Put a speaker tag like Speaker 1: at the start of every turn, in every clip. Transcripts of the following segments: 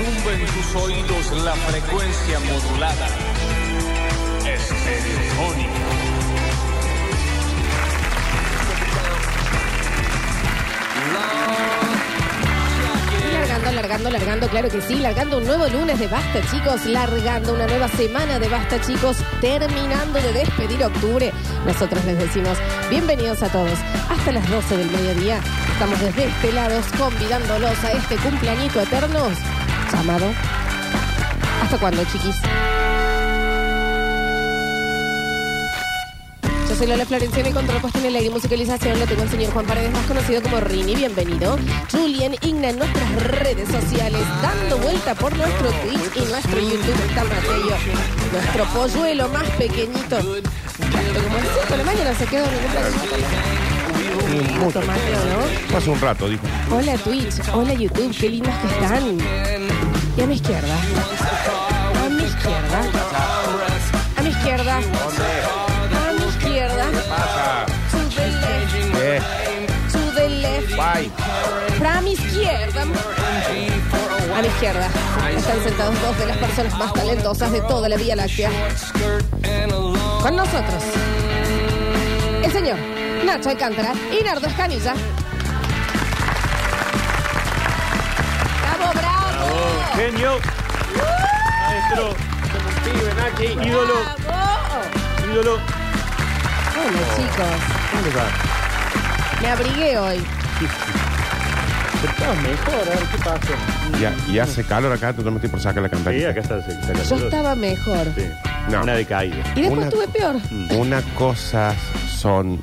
Speaker 1: sus oídos la frecuencia modulada. Estereofónica.
Speaker 2: Largando, largando, largando, claro que sí, largando un nuevo lunes de Basta, chicos, largando una nueva semana de Basta, chicos, terminando de despedir octubre. Nosotros les decimos bienvenidos a todos. Hasta las 12 del mediodía estamos desde este lado convidándolos a este cumpleañito eterno llamado ¿Hasta cuándo, chiquis? Yo soy Lola Florencia, en el control puesto en el aire y musicalización lo tengo el señor Juan Paredes, más conocido como Rini, bienvenido. Julien Igna en nuestras redes sociales, dando vuelta por nuestro Twitch y nuestro YouTube, está Mateo, nuestro polluelo más pequeñito. Tanto Como es cinco de la mañana se quedó en el cumpleaños. Tanto Mateo, ¿no?
Speaker 3: Hace un rato, dijo.
Speaker 2: Hola Twitch, hola YouTube, qué lindos que están. Y a mi izquierda. A mi izquierda. A mi izquierda. A mi izquierda.
Speaker 3: Pasa.
Speaker 2: To the left,
Speaker 3: Eh,
Speaker 2: to the left.
Speaker 3: bye.
Speaker 2: Para mi izquierda. A mi izquierda. Están sentados dos de las personas más talentosas de toda la Vía Láctea. Con nosotros. El señor Nacho Alcántara y Nardo Escanilla. ¡Bravo, bravo!
Speaker 4: Genio, maestro, como un pibe, Nachi, ídolo,
Speaker 2: ¡Bravo!
Speaker 4: ídolo.
Speaker 2: Hola, chicos. Me abrigué hoy.
Speaker 4: Estás mejor, a ver qué pasa.
Speaker 3: Ya, y hace calor acá, tú no me estoy por sacar la cantarita.
Speaker 4: Sí, acá está. se- se
Speaker 2: Yo
Speaker 4: cayó.
Speaker 2: estaba mejor.
Speaker 4: Sí.
Speaker 3: No.
Speaker 4: Una decaída.
Speaker 2: Y después
Speaker 3: Una-
Speaker 2: estuve peor.
Speaker 3: Una cosa son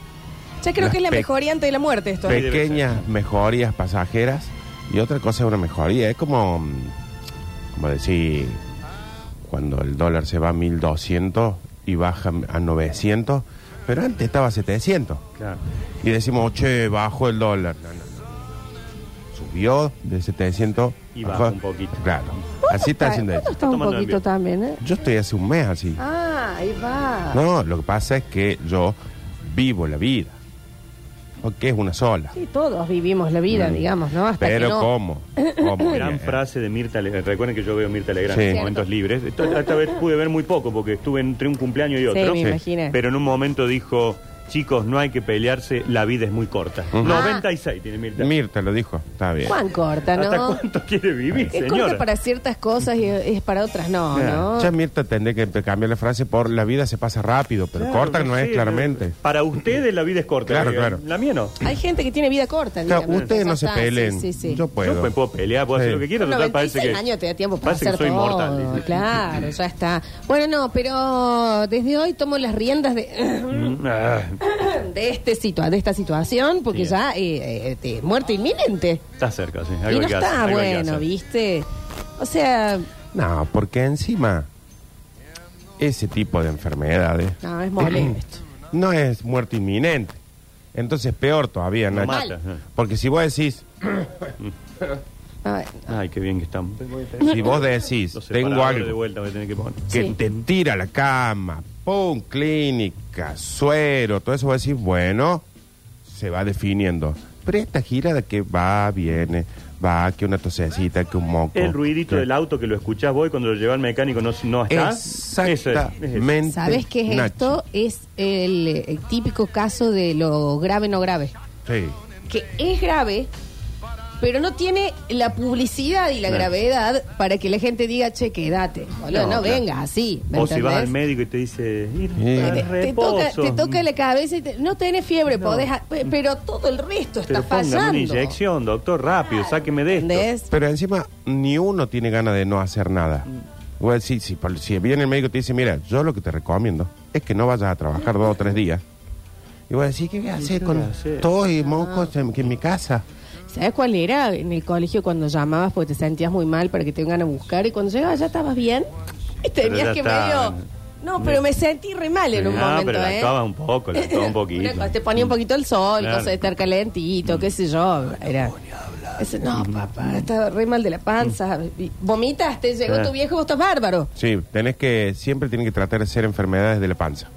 Speaker 2: Ya creo que es la
Speaker 3: Pe-
Speaker 2: mejoría antes de la muerte esto.
Speaker 4: Pe- debe
Speaker 3: pequeñas mejorías pasajeras y otra cosa es una mejoría. Es como, mm, como decir, cuando el dólar se va a 1200 y baja a 900, pero antes estaba a 700.
Speaker 4: Claro.
Speaker 3: Y decimos, che, bajó el dólar. No, no, no. Subió de 700.
Speaker 4: Y bajó un poquito.
Speaker 3: Claro. Así está haciendo
Speaker 2: ¿Cuándo
Speaker 3: esto.
Speaker 2: está un
Speaker 4: tomando
Speaker 2: poquito
Speaker 4: envío.
Speaker 2: también, eh?
Speaker 3: Yo estoy hace un mes así.
Speaker 2: Ah, ahí va.
Speaker 3: No, lo que pasa es que yo vivo la vida. Porque es una sola.
Speaker 2: Sí, todos vivimos la vida,
Speaker 3: Mm.
Speaker 2: digamos, ¿no? Hasta
Speaker 3: Pero
Speaker 2: que no.
Speaker 3: ¿cómo? ¿Cómo?
Speaker 4: Gran
Speaker 3: Eh,
Speaker 4: frase de Mirta Legrand. Recuerden que yo veo a Mirta Legrand
Speaker 3: Sí.
Speaker 4: en momentos libres. Esta, esta vez pude ver muy poco porque estuve entre un cumpleaños y otro.
Speaker 2: me imaginé.
Speaker 4: Pero en un momento dijo, chicos, no hay que pelearse, la vida es muy corta.
Speaker 2: Ah.
Speaker 3: Ujú.
Speaker 4: 96 tiene Mirta.
Speaker 3: Mirta lo dijo. Está bien.
Speaker 2: Juan corta,
Speaker 4: ¿Hasta
Speaker 2: ¿no?
Speaker 4: cuánto quiere vivir,
Speaker 2: Es
Speaker 4: señora?
Speaker 2: corta para ciertas cosas y es para otras no, ¿no?
Speaker 3: Ya Mirta tendría que cambiar la frase por la vida se pasa rápido, pero corta no es
Speaker 4: sí,
Speaker 3: claramente.
Speaker 4: pero Para ustedes la vida es corta.
Speaker 3: Claro,
Speaker 4: eh,
Speaker 3: claro.
Speaker 4: La mía no.
Speaker 2: Hay gente que tiene vida corta.
Speaker 3: O sea,
Speaker 2: digamos,
Speaker 3: ustedes no
Speaker 2: ya
Speaker 3: se
Speaker 2: está,
Speaker 3: peleen.
Speaker 2: Sí, sí, sí.
Speaker 3: Yo puedo.
Speaker 4: Yo me puedo pelear, puedo
Speaker 3: Sí.
Speaker 4: hacer lo que quiera.
Speaker 2: Con
Speaker 4: Total, parece
Speaker 2: 96
Speaker 4: que,
Speaker 2: años te da tiempo para
Speaker 4: parece que
Speaker 2: hacer
Speaker 4: soy
Speaker 2: todo.
Speaker 4: inmortal. dice.
Speaker 2: Claro, ya está. Bueno, no, pero desde hoy tomo las riendas de,
Speaker 4: Mm, ah,
Speaker 2: de, este situa de esta situación porque
Speaker 4: Bien.
Speaker 2: ya eh, eh, eh, muerte inminente.
Speaker 4: está cerca, sí.
Speaker 2: y no
Speaker 4: Algo hay que hacer,
Speaker 2: está
Speaker 4: algo hay que
Speaker 2: bueno,
Speaker 4: hacer.
Speaker 2: ¿viste? O sea,
Speaker 3: No, porque encima ese tipo de enfermedades
Speaker 2: no, es molesto.
Speaker 3: no es muerte inminente. Entonces peor todavía,
Speaker 4: No
Speaker 3: Nacho.
Speaker 4: mata.
Speaker 3: Porque si vos decís,
Speaker 2: Ay,
Speaker 4: Ay, qué bien que estamos.
Speaker 3: si vos decís,
Speaker 4: Los
Speaker 3: tengo
Speaker 4: separadores de
Speaker 3: algo
Speaker 4: vuelta voy a tener que poner.
Speaker 3: que
Speaker 2: Sí.
Speaker 3: te tira a la cama, pum, clínica, suero, todo eso, vos decís, bueno, se va definiendo. Pero esta gira de que va, viene, va, que una tosecita, que un moco.
Speaker 4: El ruidito
Speaker 3: que-
Speaker 4: del auto que lo escuchás vos y cuando lo lleva al mecánico no, no está. Eso es, es eso.
Speaker 3: Exactamente.
Speaker 2: ¿Sabes qué es
Speaker 3: Nacho.
Speaker 2: esto? Es el, eh, típico caso de lo grave no grave.
Speaker 3: Sí.
Speaker 2: Que es grave, pero no tiene la publicidad y la
Speaker 4: Claro.
Speaker 2: gravedad para que la gente diga, che, quédate. boludo, no
Speaker 4: No, claro.
Speaker 2: venga así. ¿me
Speaker 4: O si vas al
Speaker 2: entendés?
Speaker 4: médico y te dice, ir
Speaker 3: Sí.
Speaker 4: al
Speaker 2: Te, te
Speaker 4: reposo.
Speaker 2: toca, te toca la cabeza y te- no tenés fiebre,
Speaker 4: No.
Speaker 2: podés a- pe- pero todo el resto está
Speaker 4: Pero póngame
Speaker 2: fallando.
Speaker 4: una inyección, doctor, rápido, sáqueme de esto.
Speaker 2: ¿Entendés?
Speaker 3: Pero encima, ni uno tiene ganas de no hacer nada. Voy a decir, si, por- si viene el médico y te dice, mira, yo lo que te recomiendo es que no vayas a trabajar dos o tres días. Y voy a decir, ¿qué voy a hacer
Speaker 4: qué
Speaker 3: con
Speaker 4: voy a hacer?
Speaker 3: tos y mocos en, que en mi casa?
Speaker 2: ¿Sabes cuál era en el colegio cuando llamabas porque te sentías muy mal para que te vengan a buscar y cuando llegabas ya estabas bien? Y tenías
Speaker 4: ya
Speaker 2: que
Speaker 4: está.
Speaker 2: medio. No, pero me sentí re mal en un
Speaker 4: Ah,
Speaker 2: momento,
Speaker 4: pero la
Speaker 2: ¿eh?
Speaker 4: acaba un poco, la acaba un poquito.
Speaker 2: Una cosa, te ponía un poquito el sol,
Speaker 4: Claro.
Speaker 2: cosa de estar calentito, qué sé yo. Era. Ese- no, papá, estaba re mal de la panza. Y Vomitaste, llegó
Speaker 4: Claro.
Speaker 2: tu viejo, vos estás bárbaro.
Speaker 3: Sí, tenés que, siempre tienen que tratar de ser enfermedades de la panza.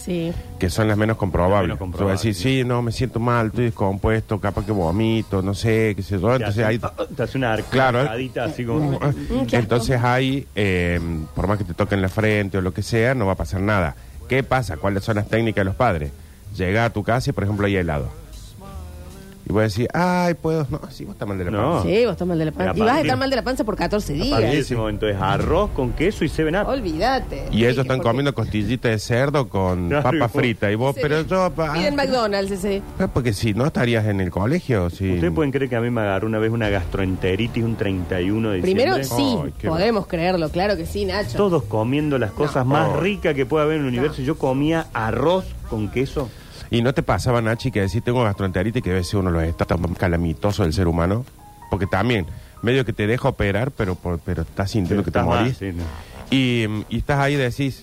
Speaker 2: Sí.
Speaker 3: que son las menos comprobables.
Speaker 4: Las menos
Speaker 3: Tú vas a decir, sí, no, me siento mal, estoy descompuesto, capaz que vomito, no sé, qué sé yo.
Speaker 4: Te
Speaker 3: Entonces
Speaker 4: hace-
Speaker 3: ahí...
Speaker 4: te hace una
Speaker 3: Claro. ¿eh?
Speaker 4: arcadita así como...
Speaker 2: qué asco.
Speaker 3: Entonces ahí, eh, por más que te toquen la frente o lo que sea, no va a pasar nada. ¿Qué pasa? ¿Cuáles son las técnicas de los padres? Llega a tu casa y, por ejemplo, hay helado. Y voy a decir, ay, puedo... No, sí, vos estás mal de la
Speaker 4: No.
Speaker 3: panza.
Speaker 2: Sí, vos estás mal de la panza.
Speaker 4: La
Speaker 2: Y vas a
Speaker 4: panza.
Speaker 2: estar mal de la panza por 14
Speaker 4: A partir de
Speaker 2: días.
Speaker 4: ese momento es arroz con queso y seven up.
Speaker 2: Olvídate.
Speaker 3: Y ellos
Speaker 2: Sí,
Speaker 3: están
Speaker 2: porque-
Speaker 3: comiendo costillita de cerdo con
Speaker 4: Claro, y
Speaker 3: papa
Speaker 4: vos-
Speaker 3: frita. Y vos,
Speaker 2: Sí.
Speaker 3: pero yo... pa-
Speaker 2: Piden McDonald's ese.
Speaker 3: Ah, Porque si no estarías en el colegio. Si...
Speaker 4: Ustedes pueden creer que a mí me agarró una vez una gastroenteritis un 31 de diciembre.
Speaker 2: Primero sí,
Speaker 3: Ay, qué
Speaker 2: podemos creerlo, claro que sí, Nacho.
Speaker 4: Todos comiendo las cosas más
Speaker 3: Oh.
Speaker 4: ricas que puede haber en el universo. Yo comía arroz con queso.
Speaker 3: ¿Y no te pasaba, Nachi, que decís tengo gastroenteritis, que debe ser uno de los estados más calamitosos del ser humano? Porque también, medio que te deja operar, pero, por- pero estás sintiendo que te
Speaker 4: Estás mal,
Speaker 3: morís.
Speaker 4: sí, no.
Speaker 3: Y, mm, y estás ahí y decís,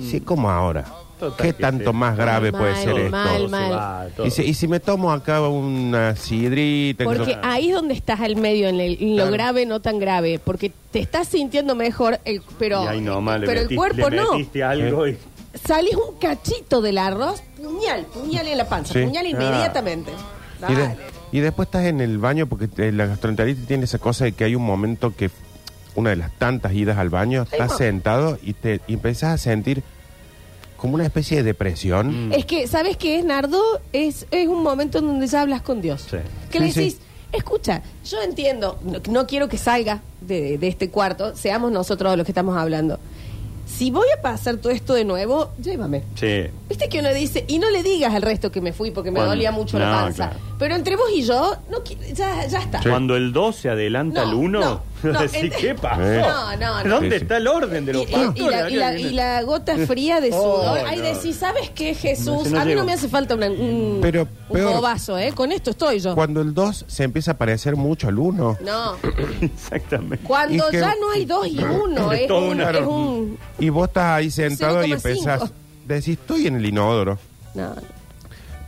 Speaker 3: sí, como ahora.
Speaker 4: Mm. Total
Speaker 3: ¿Qué
Speaker 4: que
Speaker 3: tanto
Speaker 4: sí.
Speaker 3: más grave
Speaker 2: Mal,
Speaker 3: puede ser esto?
Speaker 2: mal,
Speaker 4: Todo se
Speaker 2: mal.
Speaker 4: va, todo.
Speaker 3: Y si, y si me tomo acá una sidrita... que
Speaker 2: Porque
Speaker 3: no-
Speaker 2: ahí es donde estás al medio, en, el- en lo
Speaker 3: Claro.
Speaker 2: grave, no tan grave. Porque te estás sintiendo mejor, el, pero,
Speaker 4: Y ahí nomás le
Speaker 2: pero el
Speaker 4: metiste-
Speaker 2: cuerpo
Speaker 4: le
Speaker 2: no.
Speaker 4: metiste algo y-
Speaker 2: Salís un cachito del arroz, puñal, puñal en la panza,
Speaker 3: Sí.
Speaker 2: puñal inmediatamente.
Speaker 3: Y, de-
Speaker 2: Dale.
Speaker 3: y después estás en el baño porque te- la gastroenteritis tiene esa cosa de que hay un momento que una de las tantas idas al baño,
Speaker 2: ma-
Speaker 3: estás sentado y te y empezás a sentir como una especie de depresión.
Speaker 4: Mm.
Speaker 2: Es que, ¿sabes qué es, Nardo? Es, es un momento en donde ya hablas con Dios.
Speaker 4: Sí.
Speaker 2: Que
Speaker 3: Sí,
Speaker 2: le decís,
Speaker 3: sí.
Speaker 2: escucha, yo entiendo, no, no quiero que salga de, de este cuarto, seamos nosotros los que estamos hablando. Si voy a pasar todo esto de nuevo, llévame.
Speaker 4: Sí.
Speaker 2: Viste que uno dice, y no le digas al resto que me fui porque me
Speaker 4: Bueno,
Speaker 2: dolía mucho la
Speaker 4: no,
Speaker 2: panza.
Speaker 4: claro.
Speaker 2: Pero entre vos y yo, no, qui- ya, ya está.
Speaker 4: Cuando el 2 se adelanta
Speaker 2: No,
Speaker 4: al 1,
Speaker 2: no, no,
Speaker 4: decís,
Speaker 2: ent-
Speaker 4: ¿qué pasó?
Speaker 2: No, no, no.
Speaker 4: ¿Dónde
Speaker 3: Sí, sí.
Speaker 4: está el orden de
Speaker 2: Y,
Speaker 4: los
Speaker 2: y- y la,
Speaker 4: factores?
Speaker 2: y la- y la gota fría de
Speaker 4: Oh,
Speaker 2: sudor. Ahí
Speaker 4: no.
Speaker 2: decís, ¿sabes qué, Jesús?
Speaker 4: No, si no
Speaker 2: a mí no
Speaker 4: llego.
Speaker 2: me hace falta una- un,
Speaker 3: Pero
Speaker 2: un
Speaker 3: peor.
Speaker 2: bobazo, ¿eh? Con esto estoy yo.
Speaker 3: Cuando el 2 se empieza a parecer mucho al 1.
Speaker 2: No,
Speaker 4: Exactamente.
Speaker 2: cuando
Speaker 3: Y que-
Speaker 2: ya no hay dos y uno,
Speaker 4: Es
Speaker 2: es,
Speaker 4: todo
Speaker 2: un,
Speaker 4: una-
Speaker 2: es un-
Speaker 3: Y vos estás ahí sentado y
Speaker 2: 0,5.
Speaker 3: empezás, decís, estoy en el inodoro,
Speaker 2: No,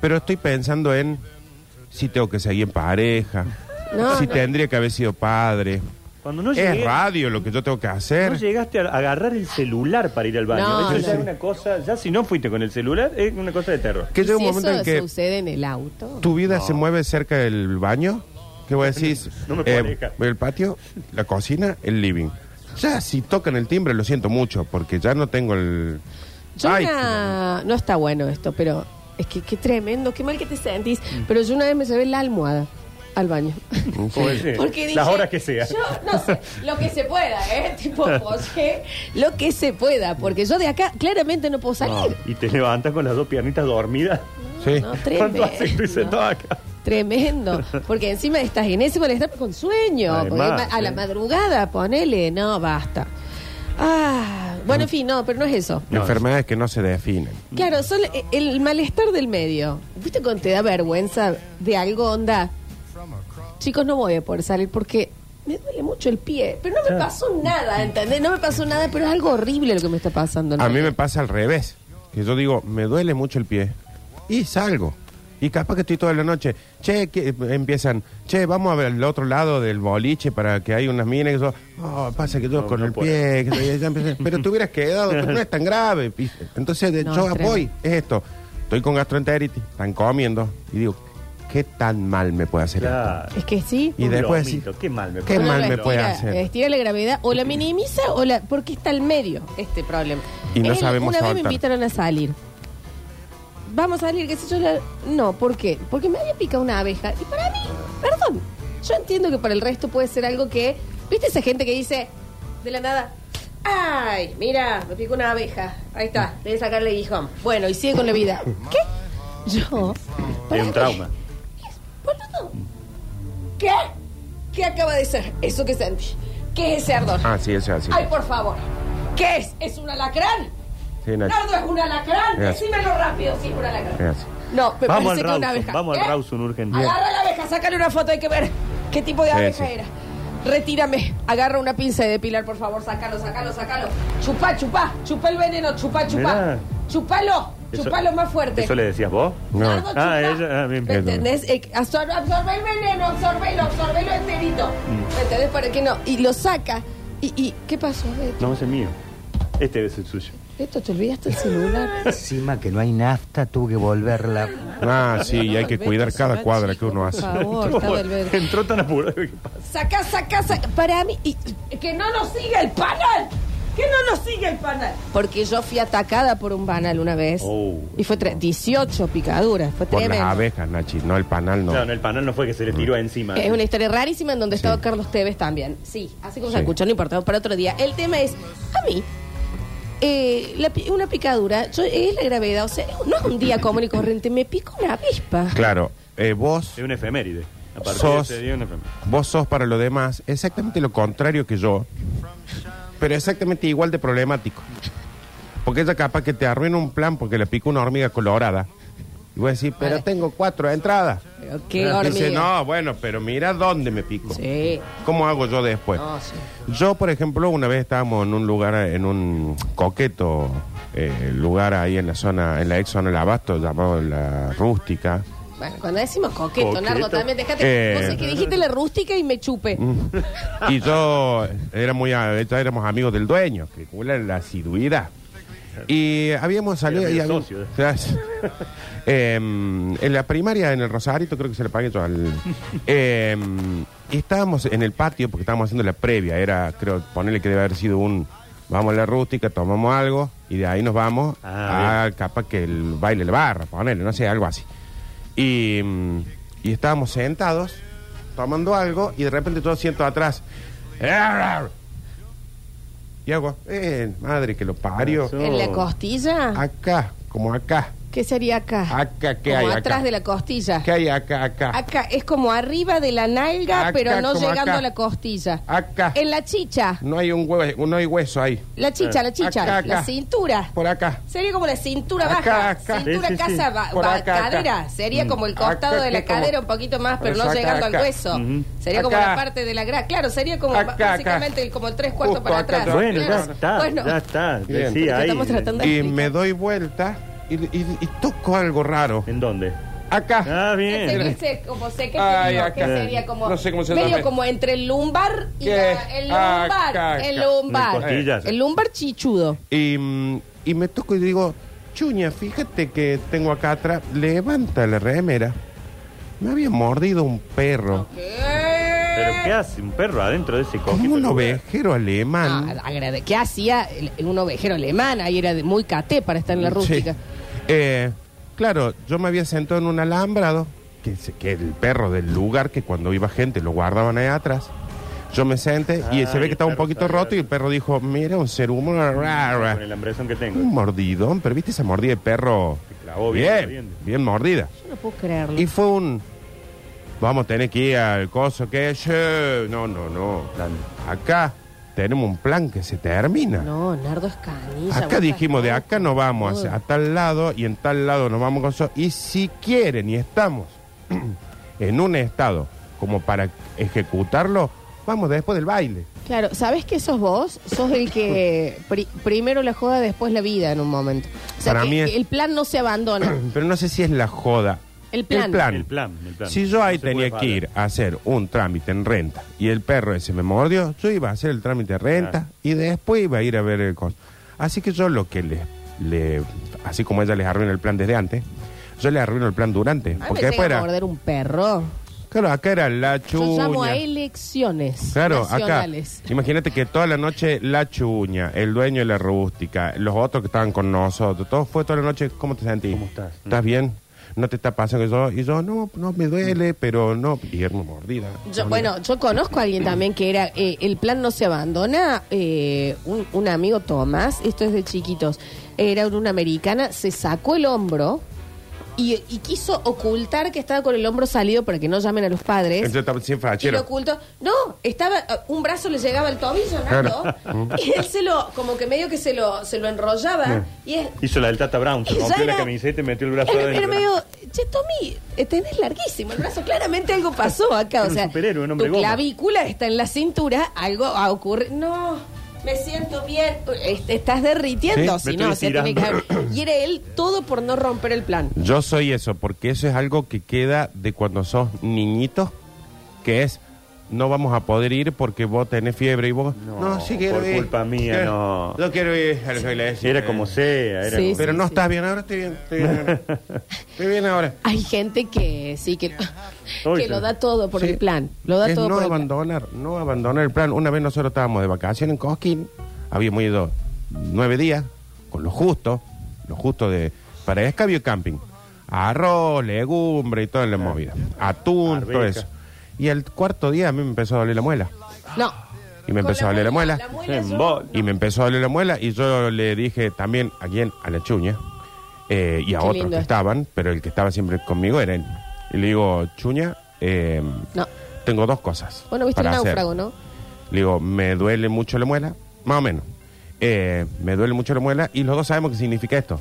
Speaker 3: pero estoy pensando en si tengo que seguir en pareja,
Speaker 2: No,
Speaker 3: si
Speaker 2: no.
Speaker 3: tendría que haber sido padre.
Speaker 4: Cuando no
Speaker 3: es
Speaker 4: llegué-
Speaker 3: radio lo que yo tengo que hacer.
Speaker 4: No llegaste a agarrar el celular para ir al baño.
Speaker 2: No,
Speaker 4: Eso ya
Speaker 2: no.
Speaker 4: es una cosa, ya si no fuiste con el celular, es una cosa de terror.
Speaker 3: que llega un
Speaker 2: Si
Speaker 3: momento
Speaker 2: eso
Speaker 3: en que...
Speaker 2: sucede en el auto.
Speaker 3: ¿Tu vida se mueve cerca del baño? ¿Qué vos decís?
Speaker 4: No me
Speaker 3: Eh,
Speaker 4: parezca.
Speaker 3: el patio, la cocina, el living. Ya, si tocan el timbre, lo siento mucho, porque ya no tengo el...
Speaker 2: Yo
Speaker 3: Ay,
Speaker 2: una- no está bueno esto, pero es que qué tremendo, qué mal que te sentís. Pero yo una vez me llevé la almohada al baño.
Speaker 4: Como ese,
Speaker 2: Porque dije,
Speaker 4: las horas que sea.
Speaker 2: Yo no sé, lo que se pueda, ¿eh? Tipo, posé lo que se pueda, porque yo de acá claramente no puedo
Speaker 4: No,
Speaker 2: salir.
Speaker 4: y te levantas con las dos piernitas dormidas.
Speaker 3: Sí.
Speaker 2: No,
Speaker 4: ¿Cuánto hace que estoy
Speaker 2: tremendo.
Speaker 4: sentado acá?
Speaker 2: Tremendo, porque encima estás en ese malestar con sueño,
Speaker 4: Además,
Speaker 2: porque ma- a la
Speaker 4: sí.
Speaker 2: madrugada, ponele, no, basta. Ah, bueno, en fin, no, pero no es eso.
Speaker 4: No,
Speaker 3: Enfermedades que no se definen.
Speaker 2: Claro, son e- el malestar del medio. ¿Viste cuando te da vergüenza de algo onda? Chicos, no voy a poder salir porque me duele mucho el pie, pero no me
Speaker 3: Ah.
Speaker 2: pasó nada, ¿entendés? No me pasó nada, pero es algo horrible lo que me está pasando. ¿no?
Speaker 3: A mí me pasa al revés, que yo digo, me duele mucho el pie, y salgo. Y capaz que estoy toda la noche, che, que empiezan, che, vamos a ver al otro lado del boliche para que hay unas minas que yo, oh, pasa que yo
Speaker 4: No,
Speaker 3: con
Speaker 4: no
Speaker 3: el
Speaker 4: puedo.
Speaker 3: pie, que yo- ya empecé, pero te hubieras quedado, pero no es tan grave. pi- Entonces, de
Speaker 2: No,
Speaker 3: yo
Speaker 2: es tremendo.
Speaker 3: voy, es esto, estoy con gastroenteritis, están comiendo, y digo, ¿qué tan mal me puede hacer
Speaker 4: Claro.
Speaker 2: Es que sí.
Speaker 3: Y
Speaker 4: Un
Speaker 3: después
Speaker 4: lomito,
Speaker 3: sí.
Speaker 4: Qué mal me
Speaker 3: Qué
Speaker 4: parece.
Speaker 2: Uno
Speaker 3: mal
Speaker 2: la
Speaker 3: me
Speaker 2: estira,
Speaker 3: puede hacer.
Speaker 2: la Estira la eh, gravedad o la minimiza o la. Porque está al medio este problema.
Speaker 3: Y no
Speaker 2: Es el-
Speaker 3: sabemos
Speaker 2: Una vez me
Speaker 3: soltar.
Speaker 2: invitaron a salir. Vamos a salir, qué sé yo. la- No, ¿por qué? Porque me había picado una abeja. Y para mí, perdón. Yo entiendo que para el resto puede ser algo que. ¿Viste esa gente que dice de la nada? ¡Ay! Mira, me picó una abeja. Ahí está, debe sacarle guijón. Bueno, y sigue con la vida. ¿Qué? Yo. para
Speaker 4: Es un
Speaker 2: mí,
Speaker 4: trauma.
Speaker 2: Boludo. ¿Qué? ¿Qué acaba de ser eso que sentí? ¿Qué es ese ardor?
Speaker 3: esto? Ah, sí, eso es así.
Speaker 2: Ay, por favor. ¿Qué es? ¿Es un alacrán?
Speaker 3: Sí, Nacho,
Speaker 2: Nardo es un alacrán.
Speaker 3: Gracias.
Speaker 2: Decímelo rápido si es un alacrán.
Speaker 3: es así.
Speaker 2: No, me
Speaker 4: Vamos
Speaker 2: parece que
Speaker 4: al
Speaker 2: es una
Speaker 4: Rawson,
Speaker 2: abeja.
Speaker 4: vamos al
Speaker 2: ¿Eh?
Speaker 4: Rawson urgente.
Speaker 2: Agarra la abeja, sácale una foto, hay que ver qué tipo de
Speaker 3: Sí,
Speaker 2: abeja
Speaker 3: sí.
Speaker 2: era. Retírame, agarra una pinza de depilar, por favor, sácalo, sácalo, sácalo. Chupá, chupá, chupá el veneno, chupá, chupá.
Speaker 4: Mirá.
Speaker 2: Chupalo,
Speaker 4: Eso-
Speaker 2: chupalo más fuerte.
Speaker 4: ¿Eso le decías vos?
Speaker 3: No.
Speaker 2: Nardo, chupa.
Speaker 4: Ah, ella- ah, bien,
Speaker 2: ¿Me
Speaker 4: bien.
Speaker 2: entendés? Eh, absor- absorbe el veneno, absorbelo, absorbelo enterito.
Speaker 4: Mm.
Speaker 2: ¿Me entendés? ¿Para qué no? Y lo saca. ¿Y, y qué pasó? Eh,
Speaker 4: No, ese es mío. Este debe ser suyo.
Speaker 2: Esto te olvidaste el celular.
Speaker 5: Encima que no hay nafta, tuve que volverla.
Speaker 3: Ah, sí, y hay que cuidar cada cuadra que uno hace.
Speaker 2: Por favor, estaba el Oh, verde.
Speaker 4: Entró tan apurado. que pasa.
Speaker 2: Sacá, sacá, sacá. Para mí. y- y- que no nos siga el panal. Que no nos siga el panal. Porque yo fui atacada por un panal una vez.
Speaker 4: Oh.
Speaker 2: y fue tre- 18 picaduras. Fue
Speaker 3: Por las
Speaker 2: tremendo.
Speaker 3: abejas, Nachi, no el panal, no.
Speaker 4: Claro, el panel no fue que se le tiró
Speaker 3: Ah,
Speaker 4: encima.
Speaker 2: Es una historia rarísima en donde estaba Carlos Tevez también. Sí, así como se
Speaker 3: Sí.
Speaker 2: escuchó, no importa, para otro día. El tema es, a mí, eh, la pi- una picadura, yo- es la gravedad, o sea, no es un día común y corriente, me pica una avispa.
Speaker 3: Claro, eh, vos,
Speaker 4: Es una efeméride. A partir de
Speaker 3: sos,
Speaker 4: ese día, una efeméride.
Speaker 3: vos sos para lo demás exactamente lo contrario que yo, pero exactamente igual de problemático. Porque ella capaz que te arruina un plan porque le pica una hormiga colorada. Y voy a decir, pero
Speaker 2: Vale.
Speaker 3: tengo cuatro entradas.
Speaker 2: Pero qué
Speaker 3: Y Ah, Dice,
Speaker 2: hormiga.
Speaker 3: no, bueno, pero mira dónde me pico.
Speaker 2: Sí.
Speaker 3: ¿Cómo hago yo después?
Speaker 2: No, sí.
Speaker 3: Yo, por ejemplo, una vez estábamos en un lugar, en un coqueto eh, lugar ahí en la zona, en la ex zona del Abasto, llamado La Rústica.
Speaker 2: Bueno, cuando decimos coqueto,
Speaker 4: Coqueto.
Speaker 2: Nardo, también dejate.
Speaker 3: Eh.
Speaker 2: Vos es que dijiste la rústica y me chupe.
Speaker 3: Y yo era muy, a- ya éramos amigos del dueño, que cula en la asiduidad. Y habíamos salido.
Speaker 4: Era
Speaker 3: y
Speaker 4: medio
Speaker 3: habíamos-
Speaker 4: socio, ¿eh?
Speaker 3: Gracias. Em, en la primaria, en el Rosarito, creo que se le pagué yo al. Em, y estábamos en el patio porque estábamos haciendo la previa. Era, creo, ponerle que debe haber sido un. Vamos a la rústica, tomamos algo y de ahí nos vamos
Speaker 4: Ah,
Speaker 3: a capaz que el baile de barra, ponele, no sé, algo así. Y, mm, y estábamos sentados tomando algo y de repente yo siento atrás. "Arr". Y hago, eh, madre que lo parió.
Speaker 4: Eso.
Speaker 2: ¿En la costilla?
Speaker 3: Acá, como acá.
Speaker 2: ¿Qué sería acá?
Speaker 3: Acá, ¿qué
Speaker 2: como
Speaker 3: hay acá?
Speaker 2: atrás de la costilla.
Speaker 3: ¿Qué hay acá, acá?
Speaker 2: Acá es como arriba de la nalga,
Speaker 3: Acá,
Speaker 2: pero no
Speaker 3: como
Speaker 2: llegando
Speaker 3: acá. Ah.
Speaker 2: a la costilla.
Speaker 3: Acá.
Speaker 2: En la chicha.
Speaker 3: No hay un huevo, no hay hueso ahí.
Speaker 2: La chicha, la chicha.
Speaker 3: Ah. Acá, acá.
Speaker 2: La cintura.
Speaker 3: Por acá.
Speaker 2: Sería como la cintura
Speaker 3: Acá,
Speaker 2: baja.
Speaker 3: acá.
Speaker 2: Cintura
Speaker 4: Sí, sí, sí.
Speaker 2: casa, ba-
Speaker 3: Por
Speaker 2: ba-
Speaker 3: acá, acá.
Speaker 2: cadera. Sería
Speaker 3: Mm.
Speaker 2: como el costado
Speaker 3: Acá,
Speaker 2: de la
Speaker 3: que como-
Speaker 2: cadera un poquito más, pero
Speaker 3: Eso,
Speaker 2: no
Speaker 3: acá,
Speaker 2: llegando
Speaker 3: acá.
Speaker 2: al hueso.
Speaker 4: Ujú.
Speaker 2: Sería como
Speaker 3: Acá.
Speaker 2: la parte de la grasa. Claro, sería como
Speaker 3: Acá, acá.
Speaker 2: básicamente el- como el tres cuartos
Speaker 3: Justo
Speaker 2: para
Speaker 3: acá,
Speaker 2: atrás.
Speaker 3: acá.
Speaker 4: Bueno, ya
Speaker 2: Claro.
Speaker 4: está.
Speaker 2: Bueno,
Speaker 4: Ya está.
Speaker 3: Bien.
Speaker 4: Decía
Speaker 3: Porque
Speaker 4: ahí.
Speaker 2: estamos tratando-
Speaker 3: Y me doy vuelta y, y- y toco algo raro.
Speaker 4: ¿En dónde?
Speaker 3: Acá.
Speaker 4: Ah,
Speaker 2: Ese-
Speaker 4: bien.
Speaker 2: ese- como sé Este que
Speaker 3: Ay,
Speaker 2: sería,
Speaker 3: acá.
Speaker 2: que sería como
Speaker 3: No sé cómo se
Speaker 2: medio
Speaker 3: llama.
Speaker 2: como entre el lumbar y
Speaker 3: ¿Qué?
Speaker 2: la- el lumbar,
Speaker 3: Acá,
Speaker 2: el
Speaker 3: acá.
Speaker 4: Las
Speaker 2: lumbar,
Speaker 4: costillas.
Speaker 2: el lumbar chichudo.
Speaker 3: Y, mm, y me toco y digo, Chuña, fíjate que tengo acá atrás. Levanta la remera. Me había mordido un perro.
Speaker 4: ¿Pero qué hace un perro adentro de ese coquete?
Speaker 3: Como un ovejero
Speaker 2: Ah,
Speaker 3: alemán.
Speaker 2: agrade- ¿Qué hacía el- el- un ovejero alemán? Ahí era de muy caté para estar en la rústica.
Speaker 3: Sí. Eh, claro, yo me había sentado en un alambrado, que, se- que el perro del lugar, que cuando iba gente lo guardaban ahí atrás. Yo me senté y
Speaker 4: Ah,
Speaker 3: se ve que
Speaker 4: y el
Speaker 3: estaba un
Speaker 4: perro
Speaker 3: poquito
Speaker 4: sabía.
Speaker 3: roto y el perro dijo, mira, un ser humano, ra, ra".
Speaker 4: Con el hambrezón que
Speaker 3: un
Speaker 4: tengo.
Speaker 3: mordidón, pero viste esa mordida de perro.
Speaker 4: Te clavó bien,
Speaker 3: Bien,
Speaker 4: bien.
Speaker 3: bien mordida.
Speaker 2: Yo no puedo creerlo.
Speaker 3: Y fue un, vamos a tener que ir al coso, que che, no, no, no. Acá tenemos un plan que se termina.
Speaker 2: No, Nardo es canilla.
Speaker 3: Acá
Speaker 2: vos
Speaker 3: dijimos, de
Speaker 2: estás
Speaker 3: acá no vamos
Speaker 2: loco.
Speaker 3: a, a tal lado y en tal lado nos vamos con eso. Y si quieren y estamos en un estado como para ejecutarlo, vamos después del baile.
Speaker 2: Claro, ¿sabés que sos vos? Sos el que pri- primero la joda, después la vida en un momento. O sea,
Speaker 3: Para
Speaker 2: que-
Speaker 3: mí es-
Speaker 2: que el plan no se abandona.
Speaker 3: Pero no sé si es la joda.
Speaker 2: El plan.
Speaker 4: El plan, el plan.
Speaker 3: Si yo ahí
Speaker 4: No se
Speaker 3: tenía
Speaker 4: puede
Speaker 3: que ir a hacer un trámite en renta y el perro ese me mordió, yo iba a hacer el trámite de renta
Speaker 4: Claro.
Speaker 3: y después iba a ir a ver el coso. Así que yo lo que le, le- así como ella les arruina el plan desde antes, yo le arruino el plan durante.
Speaker 2: A mí Ah, me
Speaker 3: Porque después
Speaker 2: llega a
Speaker 3: era,
Speaker 2: morder un perro.
Speaker 3: Claro, acá era la
Speaker 2: Yo
Speaker 3: chuña.
Speaker 2: llamo a elecciones
Speaker 3: Claro, acá.
Speaker 2: nacionales.
Speaker 3: Imagínate que toda la noche la chuña, el dueño de la rústica, los otros que estaban con nosotros, todo fue toda la noche. ¿Cómo te sentís?
Speaker 4: ¿Cómo estás?
Speaker 3: ¿Estás bien? ¿No te está pasando eso? Y yo, no, no me duele, pero no. Y era una mordida.
Speaker 2: Yo, bueno, yo conozco a alguien también que era eh, el plan no se abandona. eh, un, un amigo Tomás, esto es de chiquitos, era una americana, se sacó el hombro y, y quiso ocultar que estaba con el hombro salido para que no llamen a los padres.
Speaker 3: Entonces estaba sin
Speaker 2: Y lo
Speaker 3: fachero.
Speaker 2: ocultó. No, estaba. eh, Un brazo le llegaba al tobillo, Nardo, Y él se lo. Como que medio que se lo, se lo enrollaba. Y es.
Speaker 4: Hizo la del Tata Brown, se
Speaker 2: Y ya
Speaker 4: rompió
Speaker 2: era-
Speaker 4: la camiseta y metió el brazo
Speaker 2: Era,
Speaker 4: adentro.
Speaker 2: era medio, che, Tommy, eh, tenés larguísimo el brazo. Claramente algo pasó acá. O
Speaker 4: un
Speaker 2: sea,
Speaker 4: superhéroe, un hombre
Speaker 2: tu
Speaker 4: goma.
Speaker 2: clavícula está en la cintura, algo ha ocurrido. No, me siento bien. Eh, te estás derritiendo.
Speaker 4: Sí,
Speaker 2: si
Speaker 4: me
Speaker 2: no, o sea,
Speaker 4: estoy
Speaker 2: tiene que
Speaker 4: estirando.
Speaker 2: haber- Y era él todo por no romper el plan.
Speaker 3: Yo soy eso, porque eso es algo que queda de cuando sos niñito, que es no vamos a poder ir porque vos tenés fiebre y vos...
Speaker 4: No,
Speaker 3: sí
Speaker 4: por culpa mía,
Speaker 3: Quiero-
Speaker 4: no.
Speaker 3: Yo quiero ir a la iglesia.
Speaker 4: Era como sea, era
Speaker 2: Sí,
Speaker 4: como-
Speaker 3: Pero no
Speaker 2: sí.
Speaker 3: estás bien, ahora estoy bien, estoy bien ahora. Estoy bien ahora.
Speaker 2: Hay gente que sí, que, que
Speaker 4: Oye.
Speaker 2: lo da todo por
Speaker 3: Sí.
Speaker 2: el plan. Lo da
Speaker 3: Es
Speaker 2: todo
Speaker 3: no
Speaker 2: por el plan.
Speaker 3: abandonar, no abandonar el plan. Una vez nosotros estábamos de vacaciones en Cosquín, habíamos ido nueve días, con lo justo, lo justo de para escabio y camping. Arroz, legumbre y toda la movida. Atún, todo
Speaker 4: Barbica.
Speaker 3: eso. Y el cuarto día a mí me empezó a doler la muela.
Speaker 2: No.
Speaker 3: Y me
Speaker 2: Con
Speaker 3: empezó a doler la muela.
Speaker 4: En
Speaker 2: yo-
Speaker 4: bol-
Speaker 3: Y me empezó a doler la muela y yo le dije también a quién, a la chuña eh, y
Speaker 2: Qué
Speaker 3: a otros
Speaker 2: lindo
Speaker 3: que
Speaker 2: esto.
Speaker 3: estaban, pero el que estaba siempre conmigo era él. Y le digo, chuña, eh,
Speaker 2: No.
Speaker 3: tengo dos cosas.
Speaker 2: Bueno, viste el
Speaker 3: para hacer".
Speaker 2: náufrago, ¿no?
Speaker 3: Le digo, me duele mucho la muela, más o menos. Eh, me duele mucho la muela y los dos sabemos qué significa esto.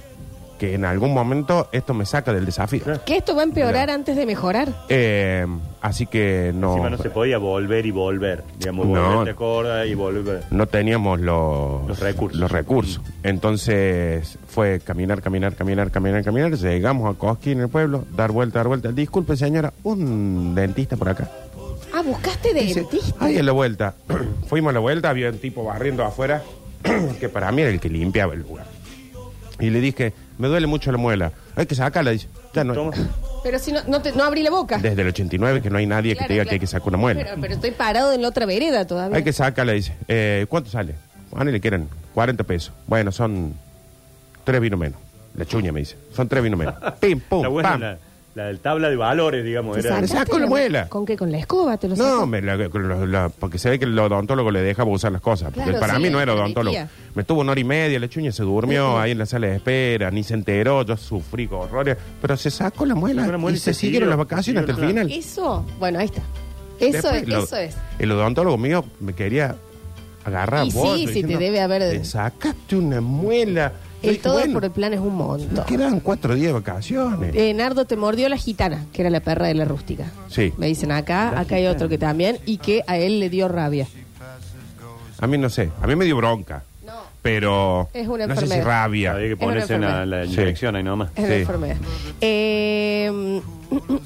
Speaker 3: Que en algún momento esto me saca del desafío.
Speaker 2: Que esto va a empeorar antes de mejorar.
Speaker 3: Eh, así que no,
Speaker 4: Encima no se podía volver y volver. Digamos,
Speaker 3: No.
Speaker 4: volverte corda y volver.
Speaker 3: no teníamos los,
Speaker 4: Los recursos. Mm.
Speaker 3: los recursos. Entonces fue caminar, caminar, caminar, caminar, caminar. Llegamos a Cosquín, el pueblo, dar vuelta, dar vuelta. Disculpe, señora, un dentista por acá.
Speaker 2: Ah, buscaste dentista.
Speaker 3: Ahí en la vuelta. Fuimos a la vuelta, había un tipo barriendo afuera, que para mí era el que limpiaba el lugar. Y le dije, me duele mucho la muela. Hay que sacarla. Dice, "Ya no-
Speaker 4: Toma.
Speaker 2: Pero si no, no, te- no abrí la boca.
Speaker 3: desde el 89 que no hay nadie que
Speaker 2: Claro,
Speaker 3: te diga
Speaker 2: claro.
Speaker 3: que hay que sacar una muela.
Speaker 2: Pero, pero estoy parado en la otra vereda todavía.
Speaker 3: Hay que sacarla, dice. Eh, ¿Cuánto sale? A le quieren 40 pesos. Bueno, son tres vinos menos. La chuña me dice. Son tres vinos menos. Pim, pum,
Speaker 4: La, buena,
Speaker 3: pam.
Speaker 4: la, la del tabla de valores, digamos.
Speaker 2: Te
Speaker 4: Era,
Speaker 3: saca.
Speaker 2: sacaste
Speaker 3: saco la muela.
Speaker 2: ¿Con qué? ¿Con la escoba te lo
Speaker 3: No,
Speaker 2: saco?
Speaker 3: me la- la- la- porque se ve que el odontólogo le deja usar las cosas. Porque
Speaker 2: Claro,
Speaker 3: para
Speaker 2: sí,
Speaker 3: mí no era
Speaker 2: la
Speaker 3: odontólogo.
Speaker 2: metía.
Speaker 3: Me estuvo una hora y media, la chuña se durmió ahí en la sala de espera, ni se enteró, yo sufrí con horrores. Pero se sacó la muela,
Speaker 4: Sacó la
Speaker 3: y
Speaker 4: muela y
Speaker 3: se
Speaker 4: se
Speaker 3: siguieron
Speaker 4: siguió,
Speaker 3: las vacaciones hasta el
Speaker 4: siguió,
Speaker 3: final.
Speaker 2: Eso, bueno, ahí está. Eso
Speaker 3: Después
Speaker 2: es,
Speaker 3: lo-
Speaker 2: eso es.
Speaker 3: El odontólogo mío me quería agarrar
Speaker 2: Y sí,
Speaker 3: vos.
Speaker 2: sí, te debe haber-
Speaker 3: sacaste una muela. Yo
Speaker 2: El
Speaker 3: dije,
Speaker 2: todo
Speaker 3: bueno,
Speaker 2: por el plan es un
Speaker 3: nos
Speaker 2: montón.
Speaker 3: quedan cuatro días de vacaciones.
Speaker 2: Eh, Nardo te mordió la gitana, que era la perra de la rústica.
Speaker 3: Sí.
Speaker 2: Me dicen acá, acá hay otro que también, y que a él le dio rabia.
Speaker 3: A mí no sé, a mí me dio bronca.
Speaker 2: No.
Speaker 3: Pero
Speaker 2: Es una
Speaker 3: no sé si
Speaker 2: enfermedad.
Speaker 3: rabia.
Speaker 4: Había que
Speaker 2: Es una
Speaker 4: ponerse en la,
Speaker 2: enfermedad.
Speaker 4: la
Speaker 3: Sí.
Speaker 4: inyección ahí nomás.
Speaker 2: Es una
Speaker 3: Sí.
Speaker 2: enfermedad. Eh,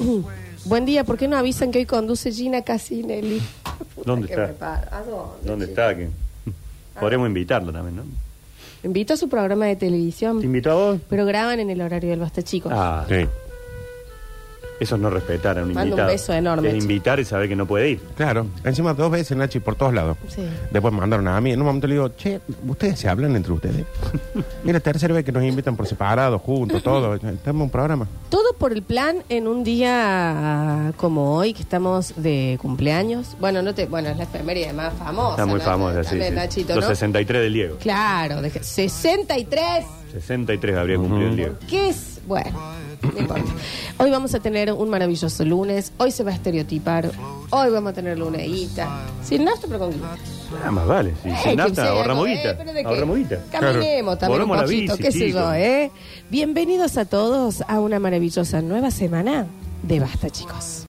Speaker 2: buen día, ¿por qué no avisan que hoy conduce Gina Casinelli? Puta
Speaker 4: ¿Dónde
Speaker 2: que
Speaker 4: está?
Speaker 2: me paro. ¿A dónde,
Speaker 4: ¿Dónde
Speaker 2: chico?
Speaker 4: está? Que- Podríamos invitarlo también, ¿no?
Speaker 2: Mm. Invito a su programa de
Speaker 4: ¿Te
Speaker 2: televisión,
Speaker 4: invitó a vos?
Speaker 2: pero graban en el horario del Basta Chicos.
Speaker 4: Ah,
Speaker 3: Sí,
Speaker 4: eso es no respetar a un
Speaker 2: Mando un
Speaker 4: invitado.
Speaker 2: beso enorme,
Speaker 4: Es
Speaker 2: chico.
Speaker 4: invitar y saber que no puede ir.
Speaker 3: claro. Encima dos veces, Nachi, por todos lados.
Speaker 2: Sí.
Speaker 3: Después me mandaron a mí. En un momento le digo, che, ¿ustedes se hablan entre ustedes? es la tercera vez que nos invitan por separado, juntos, todo. Estamos en un programa.
Speaker 2: Todo por el plan en un día como hoy, que estamos de cumpleaños. Bueno, no te, bueno es la efeméride más famosa.
Speaker 4: Está muy
Speaker 2: ¿no?
Speaker 4: famoso, sí.
Speaker 2: También,
Speaker 4: sí.
Speaker 2: Nachito,
Speaker 4: Los
Speaker 2: ¿no?
Speaker 4: 63 del Diego.
Speaker 2: Claro, de- 63.
Speaker 4: 63 habría cumplido
Speaker 3: Mm.
Speaker 4: el Diego.
Speaker 2: ¿Qué es? Bueno, no importa. Hoy vamos a tener un maravilloso lunes. Hoy se va a estereotipar. Hoy vamos a tener luneíta. Sin nafta, pero con guita.
Speaker 4: Nada Ah, más vale. Si,
Speaker 2: Eh,
Speaker 4: sin
Speaker 2: que
Speaker 4: nafta,
Speaker 2: sea,
Speaker 4: ahorramos
Speaker 2: eh,
Speaker 4: guita.
Speaker 2: pero de qué.
Speaker 4: Ahorramos guita.
Speaker 2: Caminemos
Speaker 4: Claro.
Speaker 2: también un
Speaker 4: Volvamos a la
Speaker 2: poquito,
Speaker 4: bici,
Speaker 2: qué sé
Speaker 4: chicos.
Speaker 2: yo, ¿eh? Bienvenidos a todos a una maravillosa nueva semana de Basta, chicos.